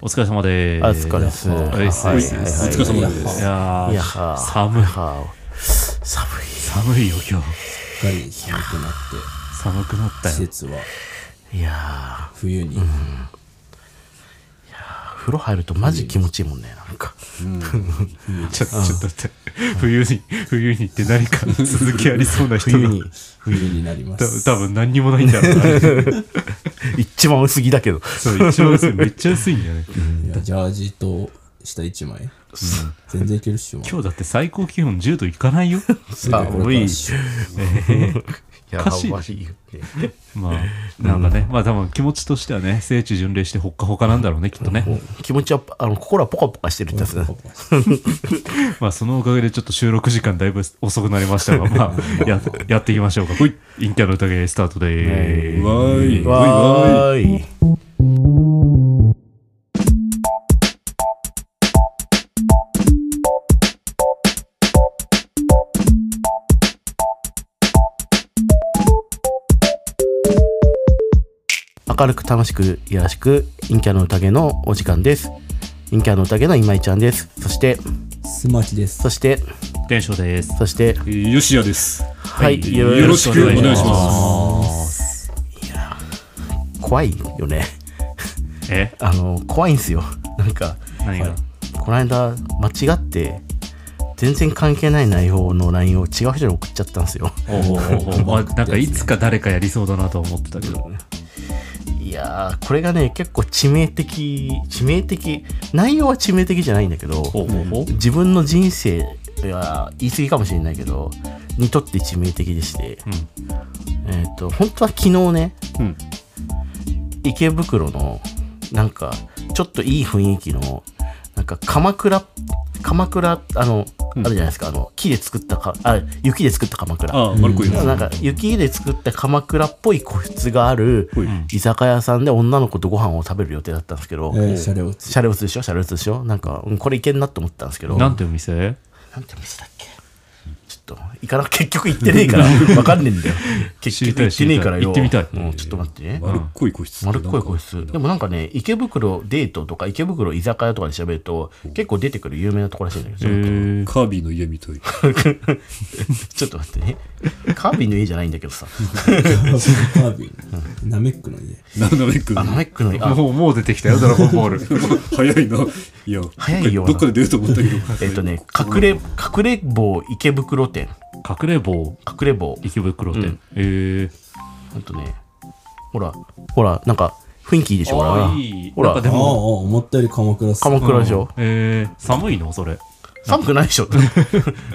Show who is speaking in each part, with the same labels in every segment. Speaker 1: お疲れ様でーす。
Speaker 2: お疲れ様です
Speaker 1: お疲れ様です。
Speaker 2: はい
Speaker 3: お疲れ様です
Speaker 1: いやー
Speaker 2: いやはー
Speaker 1: 寒い。
Speaker 2: は寒。
Speaker 1: 寒いよ、今日。
Speaker 3: すっかり寒くなっ
Speaker 1: 寒くなった
Speaker 3: て季
Speaker 1: よ。
Speaker 3: 節はい
Speaker 2: いや
Speaker 3: 冬に、
Speaker 2: ー、風呂入るとマジ気持ちいいもんね、なんか。
Speaker 1: ちょ、ちょっと待って。冬に、冬にって何か続きありそうな人
Speaker 2: 冬に
Speaker 1: が。。
Speaker 3: 冬になりま
Speaker 1: た
Speaker 3: す
Speaker 1: 多分何にもないんだ ろうな。
Speaker 2: 一番薄着だけど。
Speaker 1: そう、一番薄い。めっちゃ薄いんだよね。
Speaker 3: いやジャージと下一枚、全然いけるっしょ
Speaker 1: 今日だって最高気温10度いかないよ。
Speaker 2: 寒い。や
Speaker 1: かしい
Speaker 2: ばいよね。
Speaker 1: まあ、なんかね、まあ多分気持ちとしてはね、聖地巡礼してほっかほかなんだろうね、きっとね。
Speaker 2: 気持ちは、あの、心はポカポカしてるってやつだね。
Speaker 1: まあそのおかげでちょっと収録時間だいぶ遅くなりましたが、まあややっていきましょうか。ほい陰キャの宴スタートでーす。
Speaker 3: わーい
Speaker 2: わーい。明るく楽しくいやらしく陰キャの宴のお時間です陰キャの宴の今井ちゃんですそして
Speaker 3: すまきです
Speaker 2: そして
Speaker 1: テンションです。。
Speaker 2: そして
Speaker 4: よしやです。
Speaker 2: はい、
Speaker 4: よろしくお願いします
Speaker 2: 怖いよね
Speaker 1: え
Speaker 2: あの怖いんすよなんか
Speaker 1: 何が
Speaker 2: この間間違って全然関係ない内容の LINE を違う人に送っちゃったんですよ
Speaker 1: おうお うおうまあなんかいつか誰かやりそうだなとは思ってたけど。
Speaker 2: いやーこれがね結構致命的致命的内容は致命的じゃないんだけど
Speaker 1: ほうほうほう。
Speaker 2: 自分の人生は言い過ぎかもしれないけどにとって致命的でして、えっ、と本当は昨日ね
Speaker 1: うん。
Speaker 2: 池袋のなんかちょっといい雰囲気のなんか鎌倉鎌倉あの、
Speaker 1: ん
Speaker 2: あるじゃないですかあの木で作ったかあ雪で作った鎌倉
Speaker 4: ああ、丸っこい
Speaker 2: なん
Speaker 4: な。
Speaker 2: か雪で作った鎌倉っぽい個室がある
Speaker 4: ほい
Speaker 2: 居酒屋さんで女の子とご飯を食べる予定だったんですけど、
Speaker 3: えー、シャレオツ
Speaker 2: シャレオツでしょシャレオツでしょなんか、うんこれいけんなと思ったんですけど
Speaker 1: なんてお店
Speaker 2: なんて店だっけちょっと行かな結局行ってねえ から分かんねえんだよ結
Speaker 1: 知り
Speaker 2: 局
Speaker 1: たい
Speaker 2: 行ってねえからよ
Speaker 1: 知りたい行ってみたい
Speaker 2: うんちょっと待ってね
Speaker 4: 丸っこい個室。
Speaker 2: 丸っこい個室でもなんかね池袋デートとか池袋居酒屋とかで調べると結構出てくる有名なとこらしいんだけ
Speaker 1: え
Speaker 2: ど、
Speaker 1: ー、
Speaker 4: カービィの家みたい。
Speaker 2: ちょっと待ってねカービィの家じゃないんだけ どさ
Speaker 3: カービィナメックの家
Speaker 4: ななめくん。
Speaker 2: あのマイクのあ
Speaker 1: もうもう出てきたよ、ドラゴンボール。
Speaker 4: 早いな。いや、
Speaker 2: 早いよ
Speaker 4: どっかで出ると思ったけど。
Speaker 2: えっ、とね隠れ隠れ坊池袋店
Speaker 1: 隠れ坊
Speaker 2: 隠れ坊
Speaker 1: 池袋店。
Speaker 2: うん
Speaker 1: えー、
Speaker 2: あとねほらほらなんか雰囲気いいでしょほ
Speaker 1: あ
Speaker 2: ら
Speaker 1: ーいい
Speaker 2: ほ
Speaker 1: なんからで
Speaker 3: ああああ
Speaker 1: も、
Speaker 3: 思ったより鎌倉っす
Speaker 2: 鎌倉でしょ、
Speaker 1: えー、寒いのそれ。
Speaker 2: 寒くないでしょ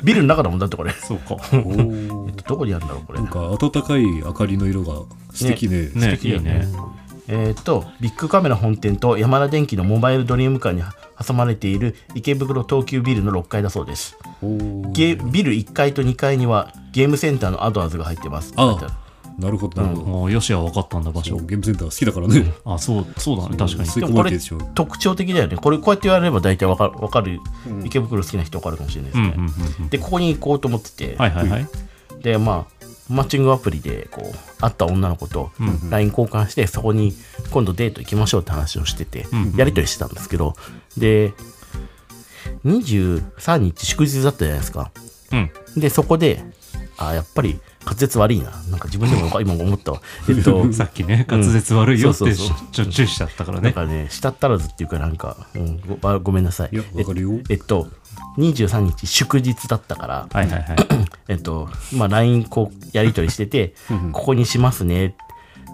Speaker 2: ビルの中だもんだってこれ
Speaker 1: そうか。
Speaker 4: おー
Speaker 2: どこにあるんだろうこれ
Speaker 4: なんか暖かい明かりの色が素敵ね。
Speaker 1: ね、
Speaker 2: 敵
Speaker 1: いい
Speaker 2: だよね
Speaker 1: ね。
Speaker 2: えー、とビッグカメラ本店と山田電機のモバイルドリーム館に挟まれている池袋東急ビルの6階だそうです
Speaker 4: おー
Speaker 2: ゲービル1階と2階にはゲームセンターのアドアーズが入ってます
Speaker 4: あ
Speaker 2: 書いてる
Speaker 4: あ、なるほど、なるほど。
Speaker 1: もう、よしは分かったんだ、場
Speaker 4: ゲ
Speaker 1: 所。
Speaker 4: ームセンター好きだからね。
Speaker 1: あ、そう、そうだね、確かに。
Speaker 4: 吸
Speaker 2: で
Speaker 4: い込
Speaker 2: もこ
Speaker 4: まれて
Speaker 2: れ
Speaker 4: るでしょ。
Speaker 2: 特徴的だよねこれこうやって言われれば大体わかるわかる、池袋好きな人わかるかもしれないです
Speaker 1: うん
Speaker 2: ね
Speaker 1: う、んうんうん。
Speaker 2: でここに行こうと思ってて、
Speaker 1: はいはいはい。
Speaker 2: でまあマッチングアプリでこう会った女の子と LINE 交換して、そこに今度デート行きましょうって話をしてて、
Speaker 1: ん
Speaker 2: やり取りしてたんですけどで23日祝日だったじゃないですか
Speaker 1: うん。
Speaker 2: でそこであやっぱり滑舌悪いななんか自分でも今思ったわ えっと
Speaker 1: さっきね、滑舌悪いよっ
Speaker 2: うん
Speaker 1: て
Speaker 2: そうそう
Speaker 1: ちょ注意しちゃったから
Speaker 2: なん
Speaker 1: ね。
Speaker 2: かね舌足らずっていうかなんか、うん、ごあごめんなさい
Speaker 4: いやわかるよ
Speaker 2: えっと23日祝日だったから、
Speaker 1: はいはいはい。
Speaker 2: えっと、まあ、LINE こうやり取りしてて、ここにしますね。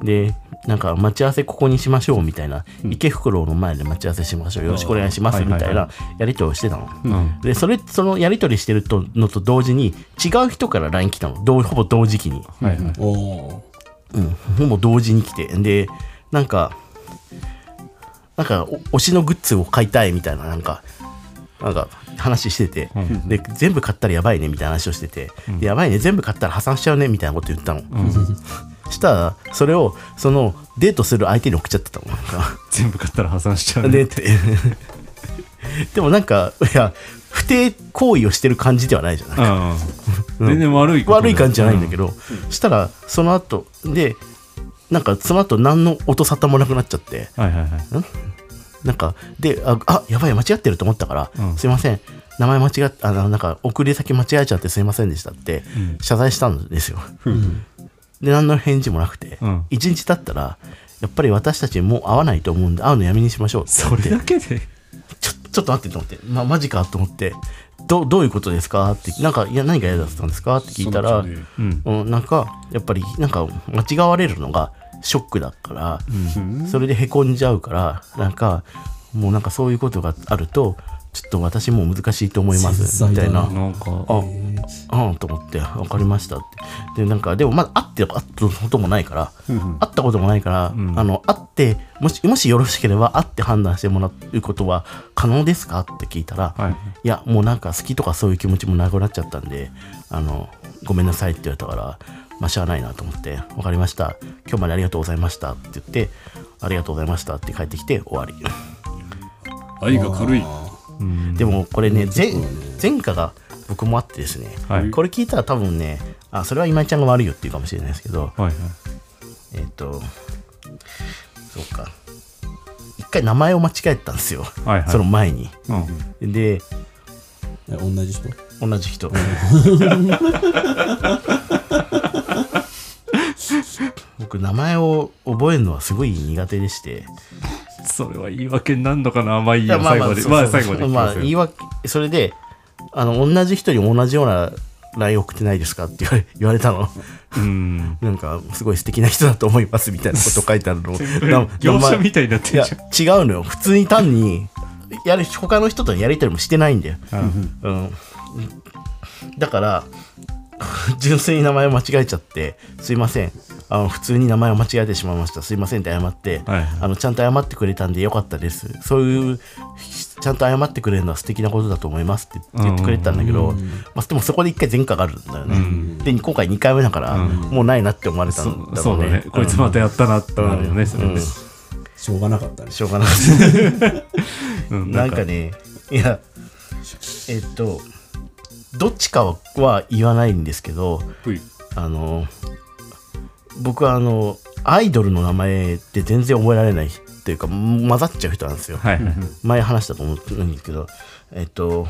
Speaker 2: で、なんか待ち合わせここにしましょうみたいな、池袋の前で待ち合わせしましょう、よろしくお願いします
Speaker 1: はいはい
Speaker 2: み
Speaker 1: はい
Speaker 2: たいなやり取りをしてたの。
Speaker 1: うん
Speaker 2: で、それ、そのやり取りしてるとのと同時に、違う人から LINE 来たの。どうほぼ同時期に。
Speaker 1: はいはい。
Speaker 3: おお
Speaker 2: うん、ほぼ同時に来て。で、なんか、なんかお推しのグッズを買いたいみたいななんかなんか話してて、で全部買ったらやばいねみたいな話をしてて、でやばいね全部買ったら破産しちゃうねみたいなこと言ったの、したらそれをそのデートする相手に送っちゃってたのなんか
Speaker 1: 全部買ったら破産しちゃうね。
Speaker 2: でって でもなんかいや不貞行為をしてる感じではないじゃない
Speaker 1: うん。全然悪いことだよ
Speaker 2: 悪い感じじゃないんだけど、したらその後でなんかその後何の音沙汰もなくなっちゃって
Speaker 1: うんはいはいはい。
Speaker 2: なんかでああやばい間違ってると思ったから、
Speaker 1: うん
Speaker 2: すいません名前間違っあのなんか送り先間違えちゃってすいませんでしたって
Speaker 1: うん
Speaker 2: 謝罪したんですよ、
Speaker 4: うん
Speaker 2: で何の返事もなくて、
Speaker 1: うん
Speaker 2: 一1日経ったらやっぱり私たちもう会わないと思うんで会うのやめにしましょうって
Speaker 1: それ
Speaker 2: 言
Speaker 1: だ
Speaker 2: って
Speaker 1: けで
Speaker 2: ちょちょっと待ってと思って、ま、マジかと思ってどどういうことですかってなんかいや何が嫌だったんですかって聞いたら、
Speaker 4: そうなんですよね
Speaker 1: うん
Speaker 2: うん、なんかやっぱりなんか間違われるのがショックだから、それでへこんじゃうからなんかもうなんかそういうことがあるとちょっと私もう難しいと思います
Speaker 3: 繊
Speaker 2: みた
Speaker 3: 細
Speaker 2: い
Speaker 3: だな
Speaker 2: な。
Speaker 1: なんか
Speaker 2: あうんと思って分かりましたってでなんかでもまだ会って会ったこともないから会ったこともないから、
Speaker 1: うん
Speaker 2: あの会ってもしもしよろしければ会って判断してもらうことは可能ですかって聞いたら、
Speaker 1: はい
Speaker 2: いやもうなんか好きとかそういう気持ちもなくなっちゃったんであのごめんなさいって言われたからまあしゃあないなと思って分かりました今日までありがとうございましたって言ってありがとうございましたって帰ってきて終わり
Speaker 4: 愛が軽い。
Speaker 1: うん
Speaker 2: でもこれね前
Speaker 3: そうだね
Speaker 2: 前科が僕もあってですね、
Speaker 1: はい
Speaker 2: これ聞いたら多分ねあそれは今井ちゃんが悪いよっていうかもしれないですけど
Speaker 1: はいはい
Speaker 2: えっ、とそうか一回名前を間違えたんですよ、
Speaker 1: はいはい
Speaker 2: その前に
Speaker 1: うん
Speaker 2: で
Speaker 3: え同じ人
Speaker 2: 同じ人 僕名前を覚えるのはすごい苦手でして
Speaker 1: それは言い訳になるのかなまあいい
Speaker 2: いや
Speaker 1: よ
Speaker 2: まあ
Speaker 1: 最
Speaker 2: まあ
Speaker 1: 後で
Speaker 2: そう
Speaker 1: ま
Speaker 2: そ
Speaker 1: あ
Speaker 2: う
Speaker 1: 最後で聞き
Speaker 2: ま
Speaker 1: ま
Speaker 2: あ
Speaker 1: す
Speaker 2: 言い
Speaker 1: よ
Speaker 2: 訳それであの同じ人に同じような LINE 送ってないですかって言われ言われたの
Speaker 1: うん
Speaker 2: なんかすごい素敵な人だと思いますみたいなこと書いてある のな
Speaker 1: 業者み
Speaker 2: い
Speaker 1: たいになって
Speaker 2: や
Speaker 1: るじゃん
Speaker 2: 違うのよ普通に単にやる他の人とのやり取りもしてないんだよ、うん、だから 純粋に名前を間違えちゃってすいませんあの普通に名前を間違えてしまいましたすいませんって謝って、
Speaker 1: はい
Speaker 2: あのちゃんと謝ってくれたんでよかったですそういうちゃんと謝ってくれるのは素敵なことだと思いますって言ってくれてたんだけど、まあ、でもそこで1回前科があるんだよね、で今回2回目だから、もうないなって思われたんだろう
Speaker 1: そそ
Speaker 2: ね
Speaker 1: うだねこいつまたやったなってなるよねそれね
Speaker 3: しょうがなかったね
Speaker 2: しょう がなかった
Speaker 1: うん
Speaker 2: なんかね、いや、えっと、どっちかは言わないんですけど、
Speaker 4: ほい
Speaker 2: あの、僕はあの、アイドルの名前って全然覚えられないっていうか、混ざっちゃう人なんですよ。
Speaker 1: はいはい
Speaker 2: 前話したと思うんですけど、えっと、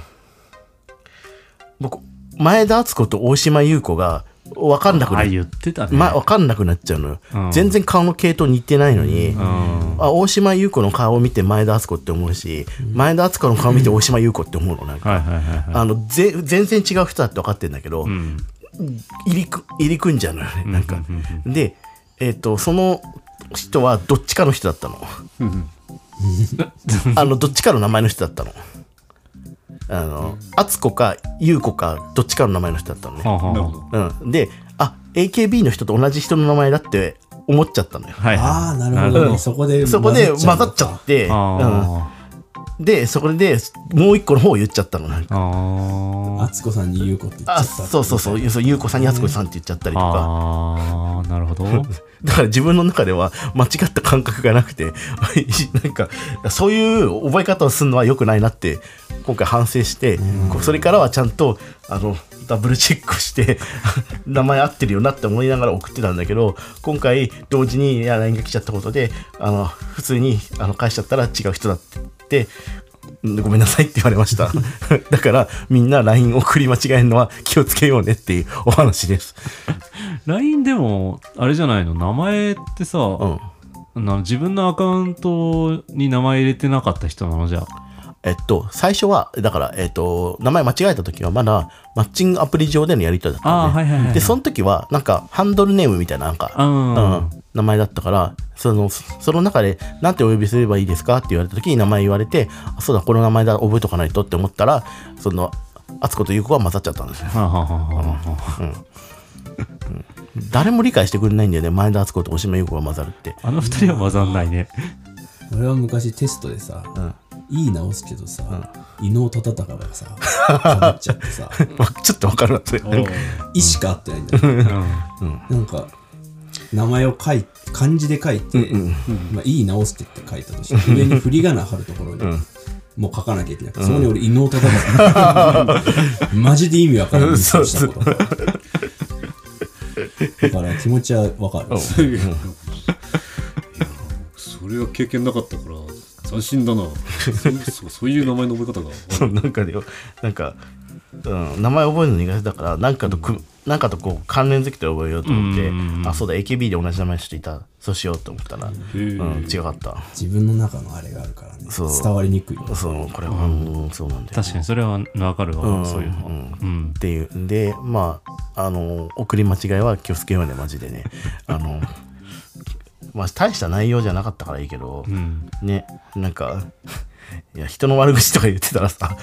Speaker 2: 僕、前田敦子と大島優子が分かんなくな
Speaker 1: あ
Speaker 2: っ
Speaker 1: 言ってたね
Speaker 2: ま、分かんなくなっちゃうのよ、
Speaker 1: うん
Speaker 2: 全然顔の系統似てないのに、
Speaker 1: うん
Speaker 2: あ大島優子の顔を見て前田敦子って思うし、前田敦子の顔を見て大島優子って思うのなんか、
Speaker 1: はいはいはいはい
Speaker 2: あのぜ全然違う人だって分かってんだけど、
Speaker 1: うん
Speaker 2: 入りく入り組んじゃうのよねなんか、で、えっとその人はどっちかの人だったの あのどっちかの名前の人だったのあの敦子か優子かどっちかの名前の人だったのね
Speaker 1: はあはあ
Speaker 4: なる
Speaker 1: は
Speaker 4: ほど。
Speaker 2: うん、であ AKB の人と同じ人の名前だって思っちゃったのよ
Speaker 1: あはい
Speaker 3: ああなるほど
Speaker 2: う
Speaker 3: ね
Speaker 2: ん
Speaker 3: そこで
Speaker 2: そこで混ざっちゃ
Speaker 3: うの
Speaker 2: っ
Speaker 3: か
Speaker 2: て、
Speaker 1: あ
Speaker 2: うん、でそこでもう一個の方を言っちゃったのなんか
Speaker 1: ーあー
Speaker 3: 敦子さんに言うこと言っちゃ
Speaker 2: あ
Speaker 3: った
Speaker 2: そうそうそうそう優子さんに敦子さんって言っちゃったりとか
Speaker 1: あーなるほど
Speaker 2: だから自分の中では間違った感覚がなくて なんかそういう覚え方をするのは良くないなって今回反省してこうそれからはちゃんとあのダブルチェックして 名前合ってるよなって思いながら送ってたんだけど今回同時にいや LINE が来ちゃったことであの普通にあの返しちゃったら違う人だって言って。んごめんなさいって言われました。 だからみんな LINE 送り間違えるのは気をつけようねっていうお話です。
Speaker 1: LINE でもあれじゃないの名前ってさ、
Speaker 2: うん。
Speaker 1: な自分のアカウントに名前入れてなかった人なのじゃあ
Speaker 2: えっと、最初は、だから、えっと、名前間違えた時はまだ、マッチングアプリ上でのやり取りだったの、
Speaker 1: あー
Speaker 2: ね。
Speaker 1: はいはいはい
Speaker 2: で、その時は、なんか、ハンドルネームみたいな、なんか、
Speaker 1: うん
Speaker 2: うん名前だったから、その、そその中で、なんてお呼びすればいいですかって言われた時に名前言われて、あそうだ、この名前だ、覚えとかないとって思ったら、その、敦子と優子が混ざっちゃったんですよ。
Speaker 1: はあはあはあはあはあ
Speaker 2: 誰も理解してくれないんだよね、前田敦子と大島優子が混ざるって。
Speaker 1: あの二人は混ざんないね
Speaker 3: 俺は昔テストでさ、いい直すけどさ、伊能忠敬がさ、かぶっちゃってさ、
Speaker 2: わちょっとわかるな、それ。
Speaker 4: おう
Speaker 3: 意しか合ってないんだよ。なんか、名前を書い漢字で書いて、まあ、いい直すって言って書いたとして、上に振り仮名貼るところに、もう書かなきゃいけないから、そこに俺、伊能忠敬。マジで意味わからないミスをしたこと。だから気持ちはわかる。
Speaker 4: いやそれは経験なかったから、斬新だな そうそうそういう名前の覚え方が
Speaker 2: そのなんかでなんか、うん、名前覚えるの苦手だからなんかとく、なんかとこう関連づけて覚えようと思って、
Speaker 1: うん
Speaker 2: あそうだ AKB で同じ名前の人いたそうしようと思ったら、うん違かった
Speaker 3: 自分の中のあれがあるからね
Speaker 2: そう
Speaker 3: 伝わりにくい
Speaker 2: そうこれは、うん、そうなんだよ
Speaker 1: 確かにそれはわかるわ、
Speaker 2: ん
Speaker 1: そういうのは、うん
Speaker 2: っていうんでまああの送り間違いは気をつけようねマジで ねあのまあ大した内容じゃなかったからいいけど、
Speaker 1: ん
Speaker 2: ねなんかいや人の悪口とか言ってたらさ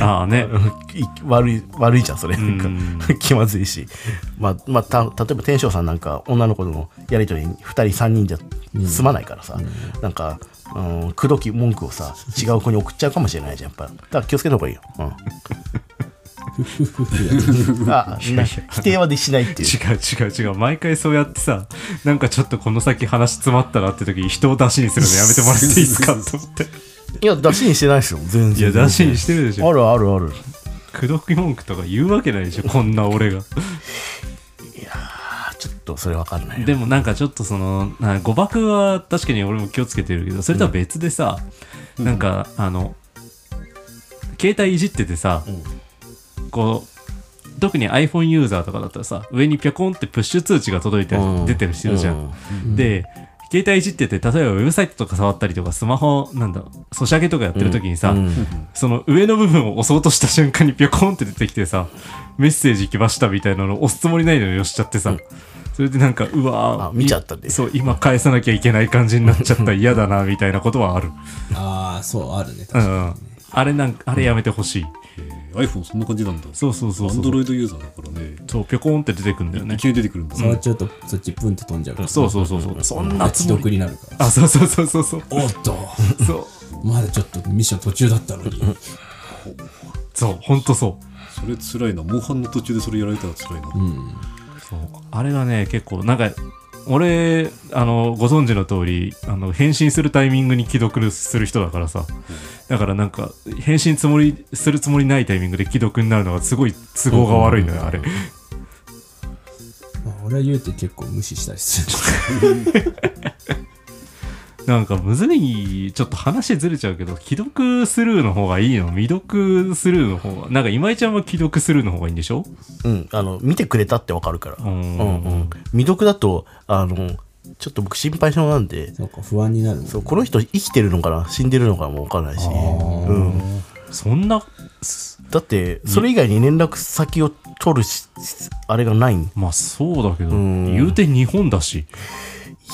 Speaker 1: ああね、
Speaker 2: い悪い悪いじゃんそれなんか
Speaker 1: う
Speaker 2: 気まずいしまあまあた例えば天翔さんなんか女の子とのやり取りに2人3人じゃ済まないからさ、なんか、うん、口説き文句をさ違う子に送っちゃうかもしれないじゃんやっぱだから気をつけた方がいいよ、 うん、あな否定はでしないっていう。
Speaker 1: 違う違う違う毎回そうやってさなんかちょっとこの先話詰まったなって時に人を出しにするのやめてもらっていいですかと思って
Speaker 2: いや、出しにしてないですよ、全 然。
Speaker 1: いや出しにしてるでし
Speaker 2: あ
Speaker 1: ょ
Speaker 2: るあるある。
Speaker 1: 口説き文句とか言うわけないでしょこんな俺が
Speaker 2: あちょっとそれわかんないよ。
Speaker 1: でもなんかちょっとそのな誤爆は確かに俺も気をつけてるけどそれとは別でさ、なんかあの携帯いじっててさ、こう特に iPhone ユーザーとかだったらさ上にピョコンってプッシュ通知が届いて
Speaker 2: うん
Speaker 1: 出てる人いるじゃん、で携帯いじってて例えばウェブサイトとか触ったりとかスマホなんだソシャゲとかやってる時にさ、その上の部分を押そうとした瞬間にピョコンって出てきてさメッセージ来ましたみたいなのを押すつもりないのに押しちゃってさ、それでなんかうわー
Speaker 2: あ見ちゃったんで
Speaker 1: いそう今返さなきゃいけない感じになっちゃった嫌だなみたいなことはあ る、
Speaker 3: ああそうあるね
Speaker 1: う
Speaker 3: 確か
Speaker 1: ん、あれなんかあれやめてほしい、
Speaker 4: えー iPhone そんな感じなんだ
Speaker 1: そうそうそう
Speaker 4: ア
Speaker 1: そ
Speaker 4: ン
Speaker 1: う
Speaker 4: ドロイドユーザーだからね
Speaker 1: そうピョコンって出てくんだよね
Speaker 4: いきなり出てくるんだ
Speaker 3: に触っちゃうとそっちプンって飛んじゃうから
Speaker 1: そうそうそうそうそんな
Speaker 3: 自
Speaker 1: つも
Speaker 3: 読
Speaker 1: り
Speaker 3: になるから
Speaker 1: あそうそうそうそうそう
Speaker 3: おっと
Speaker 1: そう
Speaker 3: まだちょっとミッション途中だったのに
Speaker 1: そうほんとそう
Speaker 4: それ辛いなモンハンの途中でそれやられたら辛いな、
Speaker 3: うん
Speaker 1: そうあれがね結構なんか俺あのご存知の通りあの返信するタイミングに既読する人だからさだからなんか返信つもりするつもりないタイミングで既読になるのがすごい都合が悪いのよあれ
Speaker 3: まあ俺は言うて結構無視したりす
Speaker 1: なんかむずいちょっと話ずれちゃうけど既読スルーの方がいいの未読スルーの方がなんか今井ちゃんは既読スルーの方がいいんでしょ
Speaker 2: うん、あの見てくれたってわかるから。
Speaker 1: う
Speaker 2: うん
Speaker 1: ん
Speaker 2: うん。未読だと、あの、ちょっと僕心配性なんで
Speaker 3: る、そうか不安になるもん
Speaker 2: そうこの人生きてるのかな死んでるのかもわかんないし。うん、
Speaker 1: そんな
Speaker 2: だって、それ以外に連絡先を取るし、あれがない。い
Speaker 1: まあそうだけど
Speaker 2: ん
Speaker 1: 言うて日本だし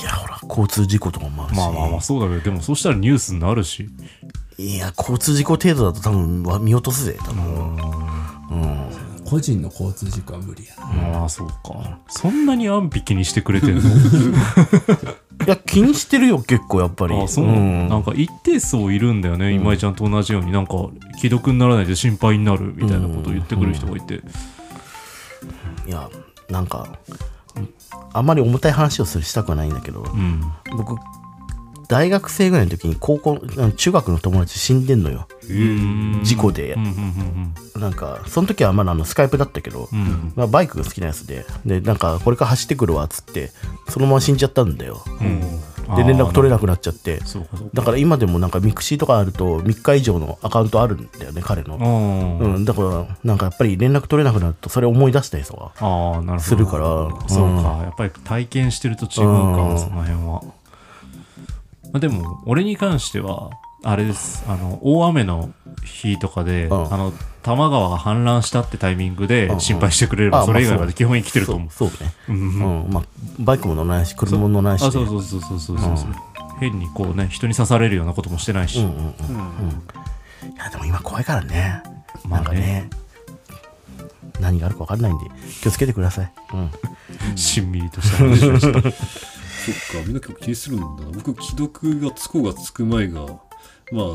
Speaker 2: や、ほら、交通事故とかもあるし。
Speaker 1: まあまあまあそうだけどでもそうしたらニュースになるし
Speaker 2: いや、交通事故程度だと多分わ見落とすぜ、多分。
Speaker 3: 個人の交通事故は無理やな
Speaker 1: ああそうかそんなに安否気にしてくれてんの
Speaker 2: いや、気にしてるよ、結構、やっぱり。
Speaker 1: ああそうな
Speaker 2: う
Speaker 1: の、
Speaker 2: ん
Speaker 1: なんか一定数いるんだよね、今井ちゃんと同じようになんか既読にならないで心配になるみたいなことを言ってくる人がいて、
Speaker 2: いや、なんか、あんまり重たい話をするしたくはないんだけど、
Speaker 1: うん
Speaker 2: 僕大学生ぐらいの時に高校うん中学の友達死んでんのよ事故で
Speaker 1: うんうんうん
Speaker 2: なんかその時はまだあのスカイプだったけど、
Speaker 1: うんうん
Speaker 2: まあ、バイクが好きなやつででなんかこれから走ってくるわっつってそのまま死んじゃったんだよで連絡取れなくなっちゃって
Speaker 1: そうかそうか
Speaker 2: だから今でもなんかミクシーとかあると3日以上のアカウントあるんだよね彼
Speaker 1: あ
Speaker 2: の、
Speaker 1: ー、
Speaker 2: うん、だからなんかやっぱり連絡取れなくなるとそれ思い出したりとか
Speaker 1: あーなるほど
Speaker 2: するから
Speaker 1: そう
Speaker 2: う
Speaker 1: か
Speaker 2: ん
Speaker 1: やっぱり体験してると違うか、
Speaker 2: うん
Speaker 1: その辺は、まあ、でも俺に関してはあれですあの大雨の日とかで、
Speaker 2: ん
Speaker 1: あの多摩川が氾濫したってタイミングで心配してくれれば、
Speaker 2: あ
Speaker 1: それ以外
Speaker 2: まあ
Speaker 1: まで基本生きてると思う、
Speaker 2: そうそうね、
Speaker 1: うんうん
Speaker 2: うんまあ、バイクも乗らないし車も乗らないしね、
Speaker 1: あそうそうそうそうそうそうそう変にこうね人に刺されるようなこともしてないし、
Speaker 2: うんうんうんうんいやでも今怖いからね、
Speaker 1: ま
Speaker 2: な
Speaker 1: あね
Speaker 2: んかね何があるか分かんないんで気をつけてください、うん、
Speaker 1: しんみりとした話をした
Speaker 4: そっかみんな結構気にするんだな僕既読がつこうがつく前がまあ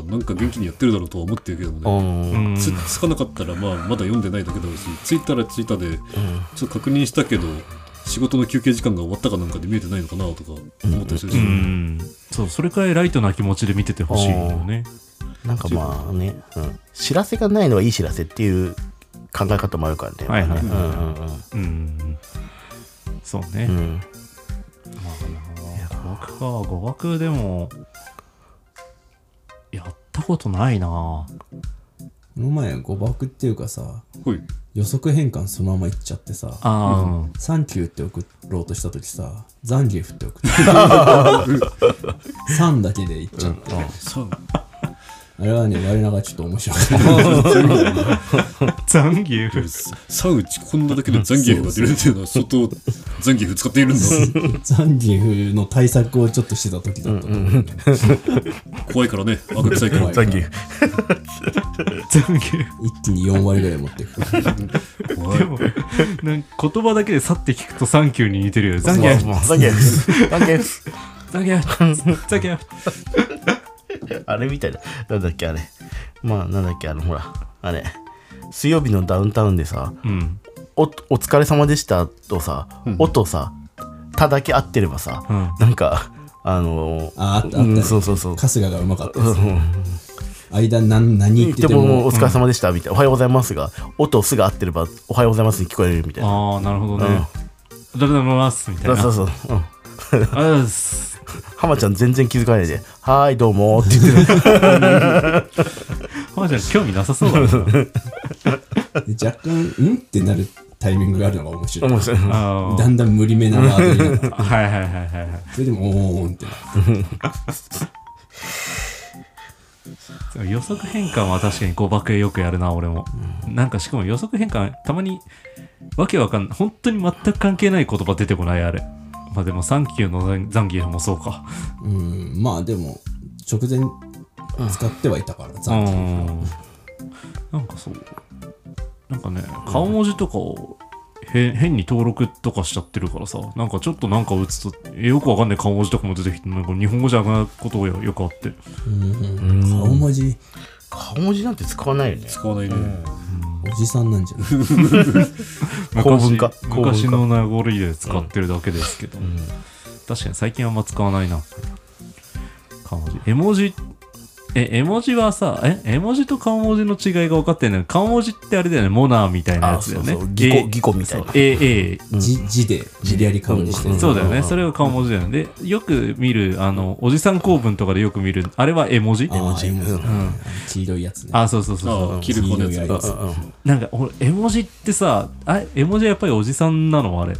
Speaker 4: なんか元気にやってるだろうとは思ってるけどもね
Speaker 1: うん
Speaker 4: つつかなかったらまあまだ読んでないだけだろうしついたらついたでちょっと確認したけど仕事の休憩時間が終わったかなんかで見えてないのかなとか思ったりするし、
Speaker 1: うんそうそれくらいライトな気持ちで見ててほしいよね
Speaker 2: なんかまあね、うん、知らせがないのはいい知らせっていう考え方もあるからね、
Speaker 1: はいはい
Speaker 2: まあね
Speaker 1: うんそうね、
Speaker 2: うんうんうん
Speaker 1: 語学か語学でもやったことないな
Speaker 3: この前誤爆っていうかさ
Speaker 4: ほい。
Speaker 3: 予測変換そのままいっちゃってさ
Speaker 1: あー、うん
Speaker 3: サンキューって送ろうとした時さザンギエフって送って3だけでいっちゃって、
Speaker 4: そう。
Speaker 3: あれはね我ながらちょっと面白かった
Speaker 1: ザンギエフ
Speaker 4: サウチこんなだけでザンギエフが出るっていうのは相当ザンギエフ使って いるんだ
Speaker 3: ザンギエフの対策をちょっとしてた時だったと思う、
Speaker 4: 怖いからね赤臭いから
Speaker 3: 怖い
Speaker 2: ザンギエフ
Speaker 1: ザンギエフ
Speaker 3: 一気に4割ぐらい持っていく
Speaker 4: 怖い
Speaker 1: でもなんか言葉だけでさって聞くとサンキューに似てるよねザンギエフ
Speaker 2: もうザンギエフザンギエフ
Speaker 1: ザンギエフザンギエフ
Speaker 2: あれみたいな。なんだっけ、あれ。まあ、なんだっけ、あの、ほら、あれ。水曜日のダウンタウンでさ、
Speaker 1: うん
Speaker 2: お、お疲れ様でしたとさ、おとさ、ただけ合ってればさ、
Speaker 1: うん
Speaker 2: なんか、あのー、
Speaker 3: ああったあった
Speaker 2: うん、そうそうそう。
Speaker 3: 春日がうまかったです間何何言って
Speaker 2: で
Speaker 3: て
Speaker 2: ももう
Speaker 3: も
Speaker 2: お疲れ様でしたみたいな、おはようございますが、おとすが合ってれば、おはようございますに聞こえるみたいな。
Speaker 1: ああなるほどねありがとうございますみたい
Speaker 2: そ
Speaker 1: なあり
Speaker 2: う
Speaker 1: が
Speaker 2: そう
Speaker 1: とう
Speaker 2: そう。うん
Speaker 1: ございます
Speaker 2: 浜ちゃん全然気づかないで「はーいどうも」って言ってる
Speaker 1: 浜ちゃん興味なさそうだな
Speaker 3: で若干「ん?」ってなるタイミングがあるのが面白い
Speaker 2: 面白い
Speaker 1: あ
Speaker 3: だんだん無理めなワードになって
Speaker 1: あ はいはいはいはいはい
Speaker 3: それでも「おーん」ってなる
Speaker 1: そう予測変換は確かに誤爆よくやるな俺も、なんかしかも予測変換たまにわけわかんない本当に全く関係ない言葉出てこないあれまあでもサンキューのザンザンギエフもそうか
Speaker 3: うんまあでも直前使ってはいたから
Speaker 1: う
Speaker 3: 残
Speaker 1: ん
Speaker 3: 念
Speaker 1: なんかそうなんかね顔文字とかをへ変に登録とかしちゃってるからさなんかちょっとなんか打つとえよくわかんない顔文字とかも出てきてなんか日本語じゃなくなることがよくあって
Speaker 3: うん顔文字
Speaker 2: 顔文字なんて使わないよね
Speaker 4: 使わないね
Speaker 3: おじさんなんじゃない
Speaker 2: 公文化
Speaker 1: 昔
Speaker 2: 公文化
Speaker 1: 昔の名残で使ってるだけですけど、確かに最近あんま使わないな顔文字絵文字え絵文字はさえ絵文字と顔文字の違いが分かってない顔文字ってあれだよねモナーみたいなやつだよね
Speaker 2: あそうそうぎこぎこみたいな
Speaker 1: そう A A
Speaker 3: 字字で無理やり顔にしてる
Speaker 1: そうだよねそれが顔文字だよねでよく見るあのおじさん公文とかでよく見るあれは絵文字
Speaker 3: あー絵文字
Speaker 2: う
Speaker 3: 黄色いやつね
Speaker 1: あそうそうそうそう
Speaker 4: ああ切るこの
Speaker 3: 黄
Speaker 4: やつ
Speaker 3: 色いやつ
Speaker 1: なんか俺絵文字ってさあ絵文字はやっぱりおじさんなのあれ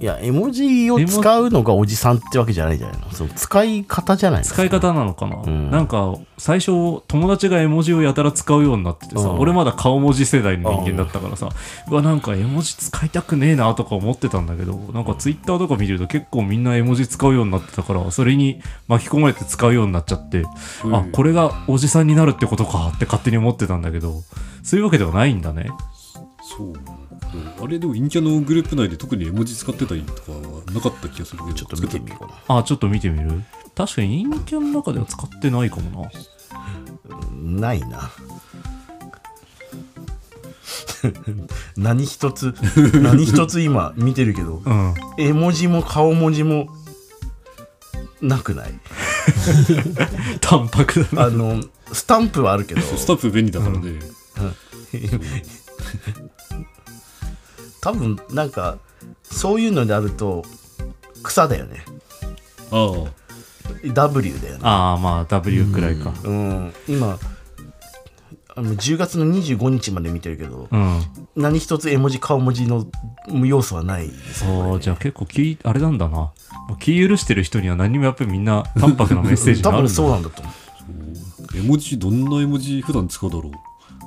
Speaker 2: いや絵文字を使うのがおじさんってわけじゃないじゃないのその使い方じゃないの
Speaker 1: 使い方なのかな、
Speaker 2: ん
Speaker 1: なんか最初友達が絵文字をやたら使うようになっててさ、
Speaker 2: うん
Speaker 1: 俺まだ顔文字世代の人間だったからさ、うわなんか絵文字使いたくねえなとか思ってたんだけどなんかツイッターとか見てると結構みんな絵文字使うようになってたからそれに巻き込まれて使うようになっちゃって、
Speaker 4: うん
Speaker 1: あこれがおじさんになるってことかって勝手に思ってたんだけどそういうわけではないんだね
Speaker 4: そうあれでも陰キャのグループ内で特に絵文字使ってたりとかはなかった気がするけど
Speaker 2: ちょっと見てみようか
Speaker 1: あちょっと見てみる確かに陰キャの中では使ってないかもな
Speaker 2: なないな 何 一つ何一つ今見てるけど
Speaker 1: うん
Speaker 2: 絵文字も顔文字もなく ない
Speaker 1: 淡白だな
Speaker 2: あのスタンプはあるけど
Speaker 4: スタッフ便利だからね
Speaker 2: 多分なんかそういうのであると草だよね
Speaker 4: ああ
Speaker 2: W だよね
Speaker 1: ああまあ W くらいか
Speaker 2: うん今あの10月の25日まで見てるけど、
Speaker 1: うん
Speaker 2: 何一つ絵文字顔文字の要素はないですね
Speaker 1: そうじゃあ結構気あれなんだなもう気許してる人には何もやっぱりみんな淡白なメッセージ
Speaker 2: 多
Speaker 1: がある
Speaker 2: 分
Speaker 1: んだ
Speaker 2: そう
Speaker 1: な
Speaker 2: なんだと思
Speaker 4: 絵文字どんな絵文字普段使うだろ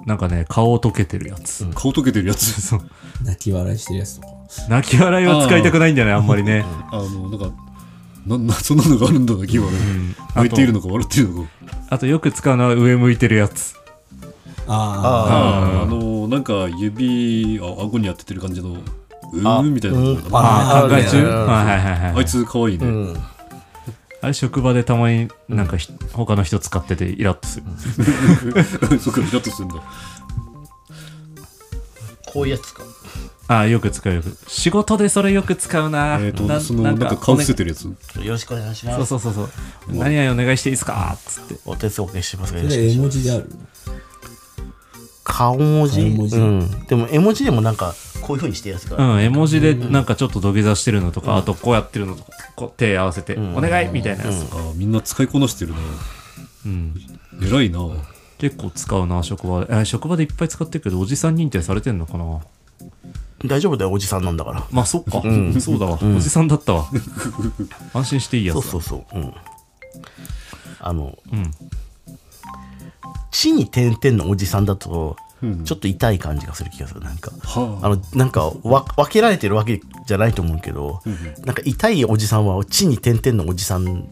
Speaker 4: う
Speaker 1: なんかね顔を溶けてるやつ、
Speaker 4: 顔溶けてるやつ
Speaker 1: そう
Speaker 3: 泣き笑いしてるやつとか
Speaker 1: 泣き笑いは使いたくないんだよねあんまりね、
Speaker 4: あのなんかななそんなのがあるんだな今はね
Speaker 1: あと
Speaker 4: 泣いているのか笑っているのか
Speaker 1: あとよく使うのは上向いてるやつ
Speaker 3: あ
Speaker 2: あ
Speaker 4: ああのなんか指あ顎に当ててる感じのうーんみたいなのかな
Speaker 1: ああ考え中
Speaker 2: あ
Speaker 1: はいはいはい
Speaker 4: あ
Speaker 1: はい
Speaker 4: いつ可愛いうね
Speaker 2: ん
Speaker 1: あれ職場でたまになんかひ、他の人使っててイラッとする
Speaker 4: そっかイラッとするんだ
Speaker 2: こういうやつか
Speaker 1: ああよく使うよく仕事でそれよく使うな
Speaker 4: えっ
Speaker 1: な
Speaker 4: とそのなんか顔伏せてるやつ
Speaker 2: よろしくお願いし
Speaker 1: そ
Speaker 2: ま
Speaker 1: う
Speaker 2: す
Speaker 1: そうそうそう何々お願いしていいですかっつって
Speaker 2: お手数おかけしてますが
Speaker 3: あ
Speaker 2: よ
Speaker 3: そ
Speaker 2: ろしくお願い
Speaker 3: れ
Speaker 2: します
Speaker 3: 絵文字である
Speaker 2: 顔文字
Speaker 3: 顔文字
Speaker 2: うん、でも絵文字でもなんかこういうふうにしてるやつから、
Speaker 1: うん、絵文字でなんかちょっと土下座してるのとか、あとこうやってるのとか、こう手合わせて、お願いみたいなやつとか。
Speaker 4: あみんな使いこなしてるな
Speaker 1: うん、
Speaker 4: 偉いな
Speaker 1: 結構使うな職場でえ職場でいっぱい使ってるけどおじさん認定されてんのかな
Speaker 2: 大丈夫だよおじさんなんだから
Speaker 1: まあそっか、そうだわ、おじさんだった わ安心していいやつ
Speaker 2: そ
Speaker 1: だ
Speaker 2: うそうそううんあの
Speaker 1: うん
Speaker 2: 地に点々のおじさんだと
Speaker 4: うん
Speaker 2: ちょっと痛い感じがする気がするなんか
Speaker 4: はあ
Speaker 2: あのなんかわ分けられてるわけじゃないと思うけど、なんか痛いおじさんは地に点々のおじさん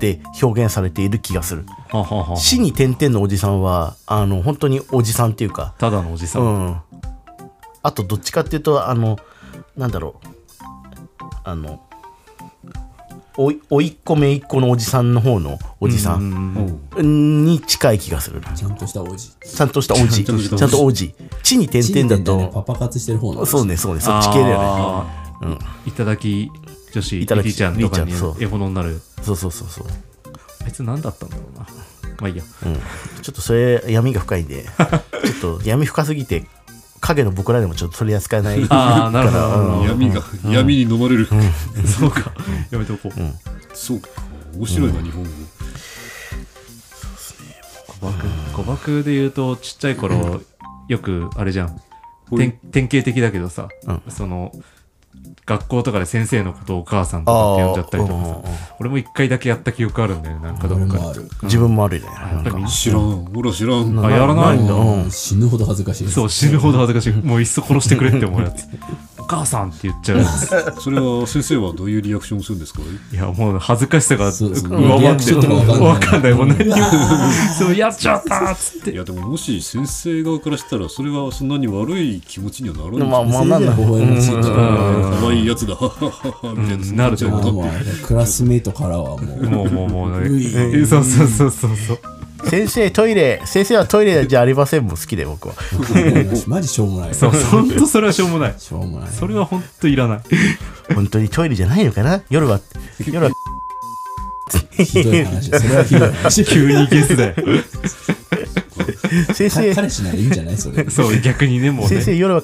Speaker 2: で表現されている気がする
Speaker 1: はあはあはあ
Speaker 2: 死に点々のおじさんはあの本当におじさんっていうか
Speaker 1: ただのおじさん、
Speaker 2: うんあとどっちかっていうとあのなんだろうあのおいおいっ子めいっ子のおじさんの方のおじさ
Speaker 1: うん
Speaker 2: ん
Speaker 4: うん
Speaker 2: に近い気がするな
Speaker 3: ちゃんとしたおじ。
Speaker 2: ちゃんとしたおじ
Speaker 4: ちゃんとしたおじ
Speaker 2: ちゃんとおじ地に点々だ
Speaker 3: ね、
Speaker 2: と
Speaker 3: パパ活してる方なの。
Speaker 2: そうねそうねそっち系だよね
Speaker 1: あーいただき女子
Speaker 2: い
Speaker 1: い
Speaker 2: た
Speaker 1: た
Speaker 2: だき
Speaker 1: ちゃんとかに
Speaker 2: りーちゃんそう
Speaker 1: 絵物になる
Speaker 2: そうそうそうそう
Speaker 1: あいつ何だったんだろうなま あいいや
Speaker 2: ちょっとそれ闇が深いんでちょっと闇深すぎて影の僕らでもちょっと取り扱えない
Speaker 1: ああなるほどなるほど
Speaker 4: 闇が闇に飲まれる
Speaker 1: そうかやめておこう、
Speaker 4: そうか面白いな日本語
Speaker 1: 誤爆誤爆で言うとちっちゃい頃よくあれじゃん
Speaker 4: ほい
Speaker 1: 典典型的だけどさ、
Speaker 2: うん
Speaker 1: その学校とかで先生のことをお母さんとかって呼んじゃったりとか
Speaker 2: あーうんうんうん
Speaker 1: さ俺も一回だけやった記憶あるんだよねなんかど
Speaker 3: 俺
Speaker 1: っかで
Speaker 3: もある。
Speaker 2: 自分も悪いね
Speaker 1: やっぱりみんな
Speaker 4: 知らんほら知らん
Speaker 1: あやらないんだ
Speaker 2: う
Speaker 3: 死ぬほど恥ずかしいです。
Speaker 1: そう死ぬほど恥ずかしいもういっそ殺してくれって思うやつ お母さんって言っちゃうや つ
Speaker 4: それは先生はどういうリアクションをするんですか
Speaker 1: いやもう恥ずかしさが
Speaker 3: そうそう
Speaker 1: 上
Speaker 3: リ
Speaker 1: 回
Speaker 3: ア
Speaker 1: って
Speaker 3: クションとか
Speaker 1: わ
Speaker 3: わ
Speaker 1: か
Speaker 3: か
Speaker 1: ん
Speaker 3: ん
Speaker 1: な
Speaker 3: ないい
Speaker 1: もう何言うそうやっちゃったっつって
Speaker 4: いやでももし先生側からしたらそれはそんなに悪い気持ちにはならない
Speaker 2: まあまあ
Speaker 3: 先
Speaker 2: なん
Speaker 3: 生
Speaker 2: だ
Speaker 3: は微笑ましい
Speaker 1: う
Speaker 3: と
Speaker 1: ん
Speaker 4: 可愛いやつだははははみたいな、
Speaker 1: うん
Speaker 4: そ
Speaker 1: なると
Speaker 4: う
Speaker 1: 思
Speaker 4: な
Speaker 1: う
Speaker 3: ま
Speaker 4: っちゃ
Speaker 3: あ
Speaker 4: うの
Speaker 3: ま
Speaker 4: か
Speaker 3: あ、クラスメイトからはもう。
Speaker 1: もうもうもう
Speaker 3: うい
Speaker 1: えそうそうそうそうそう
Speaker 2: 先生トイレ先生はトイレじゃありませんも好きで 僕は
Speaker 3: マジしょうもない。
Speaker 1: そうほんとそれはしょうもない
Speaker 3: しょうもない。
Speaker 1: それはほんといらない
Speaker 2: 本当にトイレじゃないのかな夜は夜は
Speaker 3: ひどい話。それはひど い話。
Speaker 1: 急にゲス だよ
Speaker 2: 先生
Speaker 3: か彼氏ならいいんじゃないそれ。
Speaker 1: そう逆にねもう
Speaker 2: 先
Speaker 1: ね
Speaker 2: 生夜は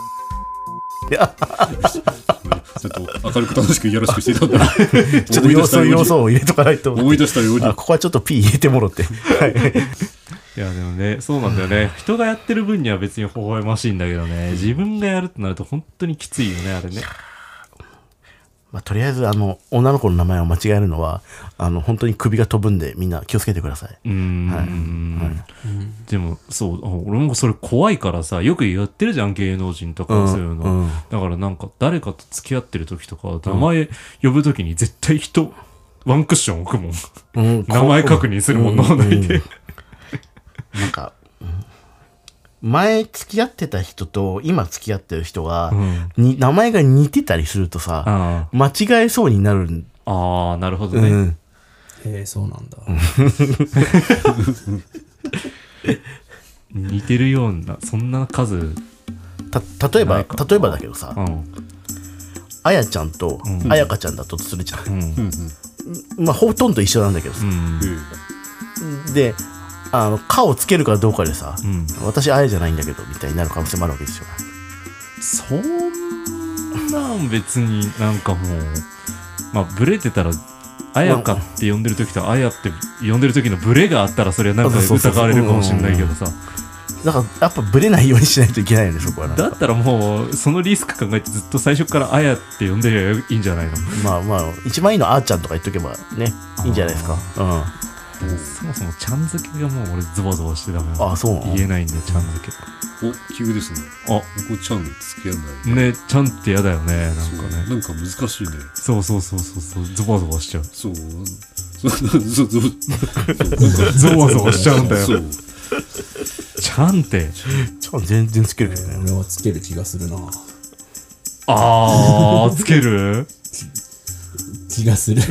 Speaker 4: ちょっと明るく楽しくいやらしくしていたんだ
Speaker 2: ちょっと要素要
Speaker 4: 思い出したように
Speaker 2: 素を入れとかないと
Speaker 4: 思い出したように
Speaker 2: あここはちょっと P 入れてもろってはい
Speaker 1: いやでもねそうなんだよね人がやってる分には別に微笑ましいんだけどね自分がやるってなると本当にきついよねあれね
Speaker 2: まあとりあえずあの女の子の名前を間違えるのはあの本当に首が飛ぶんでみんな気をつけてください
Speaker 1: うん、でもそうあ俺もそれ怖いからさよくやってるじゃん芸能人とかそういうの、
Speaker 2: うん
Speaker 1: だからなんか誰かと付き合ってる時とか名前呼ぶ時に絶対人ワンクッション置くもん
Speaker 2: うん
Speaker 1: 名前確認するもん脳内で
Speaker 2: なんか、うん前付き合ってた人と今付き合ってる人が、
Speaker 1: うん
Speaker 2: に名前が似てたりするとさ、
Speaker 1: あ
Speaker 2: 間違えそうになるん
Speaker 1: あああなるほど
Speaker 2: う
Speaker 1: ね、
Speaker 2: ん。
Speaker 3: えー、そうなんだ。
Speaker 1: 似てるようなそんな数うん
Speaker 2: た例えば、
Speaker 1: ない
Speaker 2: 例
Speaker 1: か
Speaker 2: えばだけどさ、あやちゃんとあやかちゃんだとするじゃ。
Speaker 1: うんん
Speaker 4: うん
Speaker 2: まあ、ほとんど一緒なんだけど
Speaker 1: う
Speaker 2: さ。
Speaker 1: ん
Speaker 4: うん
Speaker 2: で、あの、かをつけるかどうかでさ、
Speaker 1: うん
Speaker 2: 私、あやじゃないんだけど、みたいになる可能性もあるわけですよ。
Speaker 1: そんなん別になんかもうまあブレてたら「あやか」って呼んでる時と「あや」って呼んでる時のブレがあったらそれはなんか
Speaker 2: そうそうそう
Speaker 1: 疑われるかもしれないけどさ
Speaker 2: だから、やっぱブレないようにしないといけないよね、そこはなん
Speaker 1: だ
Speaker 2: か。
Speaker 1: ったらもうそのリスク考えてずっと最初から「あや」って呼んでりゃいいんじゃないの
Speaker 2: まあまあ、一番いいのはあーちゃんとか言っとけばね、いいんじゃないですか。うん。あ
Speaker 1: そもそもちゃんづけがもう俺ズバズバしてダメなの
Speaker 2: あ、そうなの
Speaker 1: 言えないんでちゃんづけ
Speaker 4: お急ですね
Speaker 1: あ
Speaker 4: ここちゃんつけない
Speaker 1: ねちゃんって嫌だよねなん
Speaker 4: そう
Speaker 1: か
Speaker 4: ね
Speaker 1: ね
Speaker 4: なんか難しいね
Speaker 1: そうそうそうそうそうズバズバしちゃう
Speaker 4: そうそうそうそう
Speaker 1: ゾワゾワしちゃうんだよ
Speaker 4: そう
Speaker 1: ちゃんって
Speaker 2: ちゃん全然つけるけどね。
Speaker 3: 俺はつける気がするな。
Speaker 1: あーつける
Speaker 3: 気がする。